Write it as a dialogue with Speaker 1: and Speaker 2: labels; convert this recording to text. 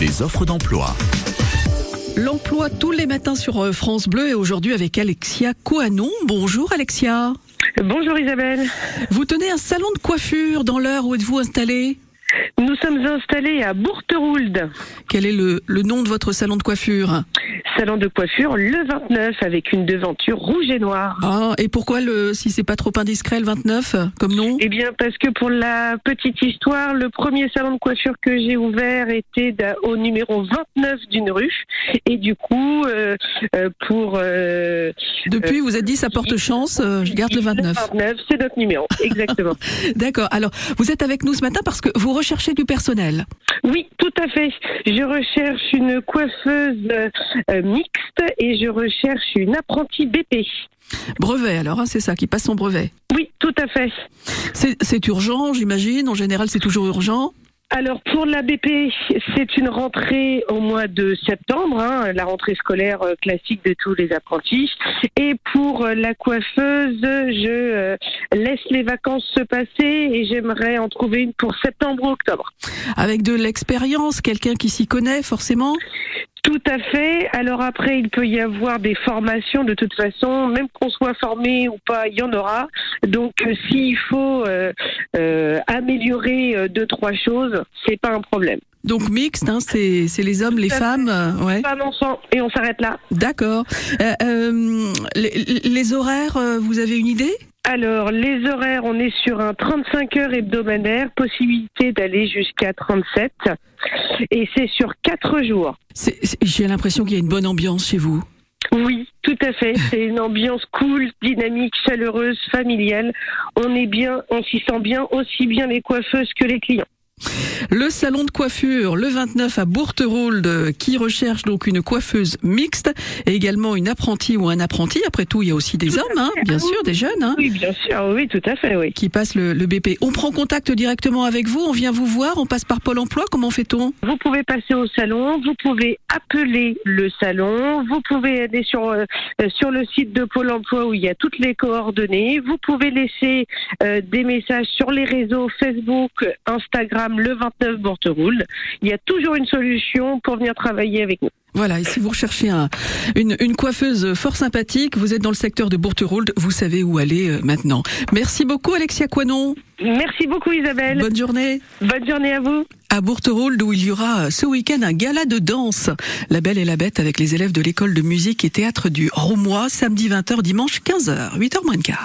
Speaker 1: les offres d'emploi.
Speaker 2: L'emploi tous les matins sur euh, France Bleu et aujourd'hui avec Alexia Coanon. Bonjour Alexia.
Speaker 3: Bonjour Isabelle.
Speaker 2: Vous tenez un salon de coiffure dans l'heure où êtes-vous installée
Speaker 3: Nous sommes installés à Bourteroulde,
Speaker 2: Quel est le, le nom de votre salon de coiffure
Speaker 3: salon de coiffure le 29 avec une devanture rouge et noire.
Speaker 2: Ah, et pourquoi le, si c'est pas trop indiscret, le 29 comme nom
Speaker 3: Eh bien, parce que pour la petite histoire, le premier salon de coiffure que j'ai ouvert était d'un- au numéro 29 d'une rue. Et du coup, euh, euh, pour... euh,
Speaker 2: Depuis, vous êtes dit ça porte chance, euh, je garde le 29.
Speaker 3: c'est notre numéro, exactement.
Speaker 2: D'accord. Alors, vous êtes avec nous ce matin parce que vous recherchez du personnel.
Speaker 3: Oui, tout à fait. Je recherche une coiffeuse euh, euh, mixte et je recherche une apprentie BP.
Speaker 2: Brevet, alors, hein, c'est ça, qui passe son brevet.
Speaker 3: Oui, tout à fait.
Speaker 2: C'est c'est urgent, j'imagine. En général, c'est toujours urgent.
Speaker 3: Alors pour la BP, c'est une rentrée au mois de septembre, hein, la rentrée scolaire euh, classique de tous les apprentis. Et pour euh, la coiffeuse, je euh, laisse les vacances se passer et j'aimerais en trouver une pour septembre ou octobre.
Speaker 2: Avec de l'expérience, quelqu'un qui s'y connaît, forcément.
Speaker 3: Tout à fait. Alors après, il peut y avoir des formations de toute façon, même qu'on soit formé ou pas, il y en aura. Donc euh, s'il faut euh, euh, améliorer euh, deux trois choses, c'est pas un problème.
Speaker 2: Donc mixte, hein, c'est c'est les hommes, les
Speaker 3: à fait.
Speaker 2: femmes. euh, Ouais.
Speaker 3: Pas d'enfant et on s'arrête là.
Speaker 2: D'accord. Euh, euh, les, les horaires, euh, vous avez une idée
Speaker 3: Alors, les horaires, on est sur un 35 heures hebdomadaire, possibilité d'aller jusqu'à 37. Et c'est sur 4 jours.
Speaker 2: C'est- c'est- J'ai l'impression qu'il y a une bonne ambiance chez vous.
Speaker 3: Oui, tout à fait. C'est une ambiance cool, dynamique, chaleureuse, familiale. On est bien, on s'y sent bien, aussi bien les coiffeuses que les clients.
Speaker 2: Le salon de coiffure, le 29 à Bourterolde, qui recherche donc une coiffeuse mixte et également une apprentie ou un apprenti. Après tout, il y a aussi des hommes, hein, bien sûr, des jeunes, hein,
Speaker 3: Oui, bien sûr. Oui, tout à fait, oui.
Speaker 2: qui passent le, le BP. On prend contact directement avec vous, on vient vous voir, on passe par Pôle emploi, comment fait-on
Speaker 3: Vous pouvez passer au salon, vous pouvez appeler le salon, vous pouvez aller sur, euh, euh, sur le site de Pôle emploi où il y a toutes les coordonnées, vous pouvez laisser euh, des messages sur les réseaux Facebook, Instagram, le 29 Borteroul. Il y a toujours une solution pour venir travailler avec nous.
Speaker 2: Voilà, et si vous recherchez un- une, une coiffeuse fort sympathique, vous êtes dans le secteur de Bourterolde, vous savez où aller euh, maintenant. Merci beaucoup Alexia Coinon,
Speaker 3: Merci beaucoup Isabelle,
Speaker 2: bonne journée
Speaker 3: bonne journée à vous.
Speaker 2: à Bourterolde où il y aura euh, ce week-end un gala de danse. La Belle et la Bête avec les élèves de l'école de musique et théâtre du Romois, samedi 20h, dimanche 15h, 8h moins le quart.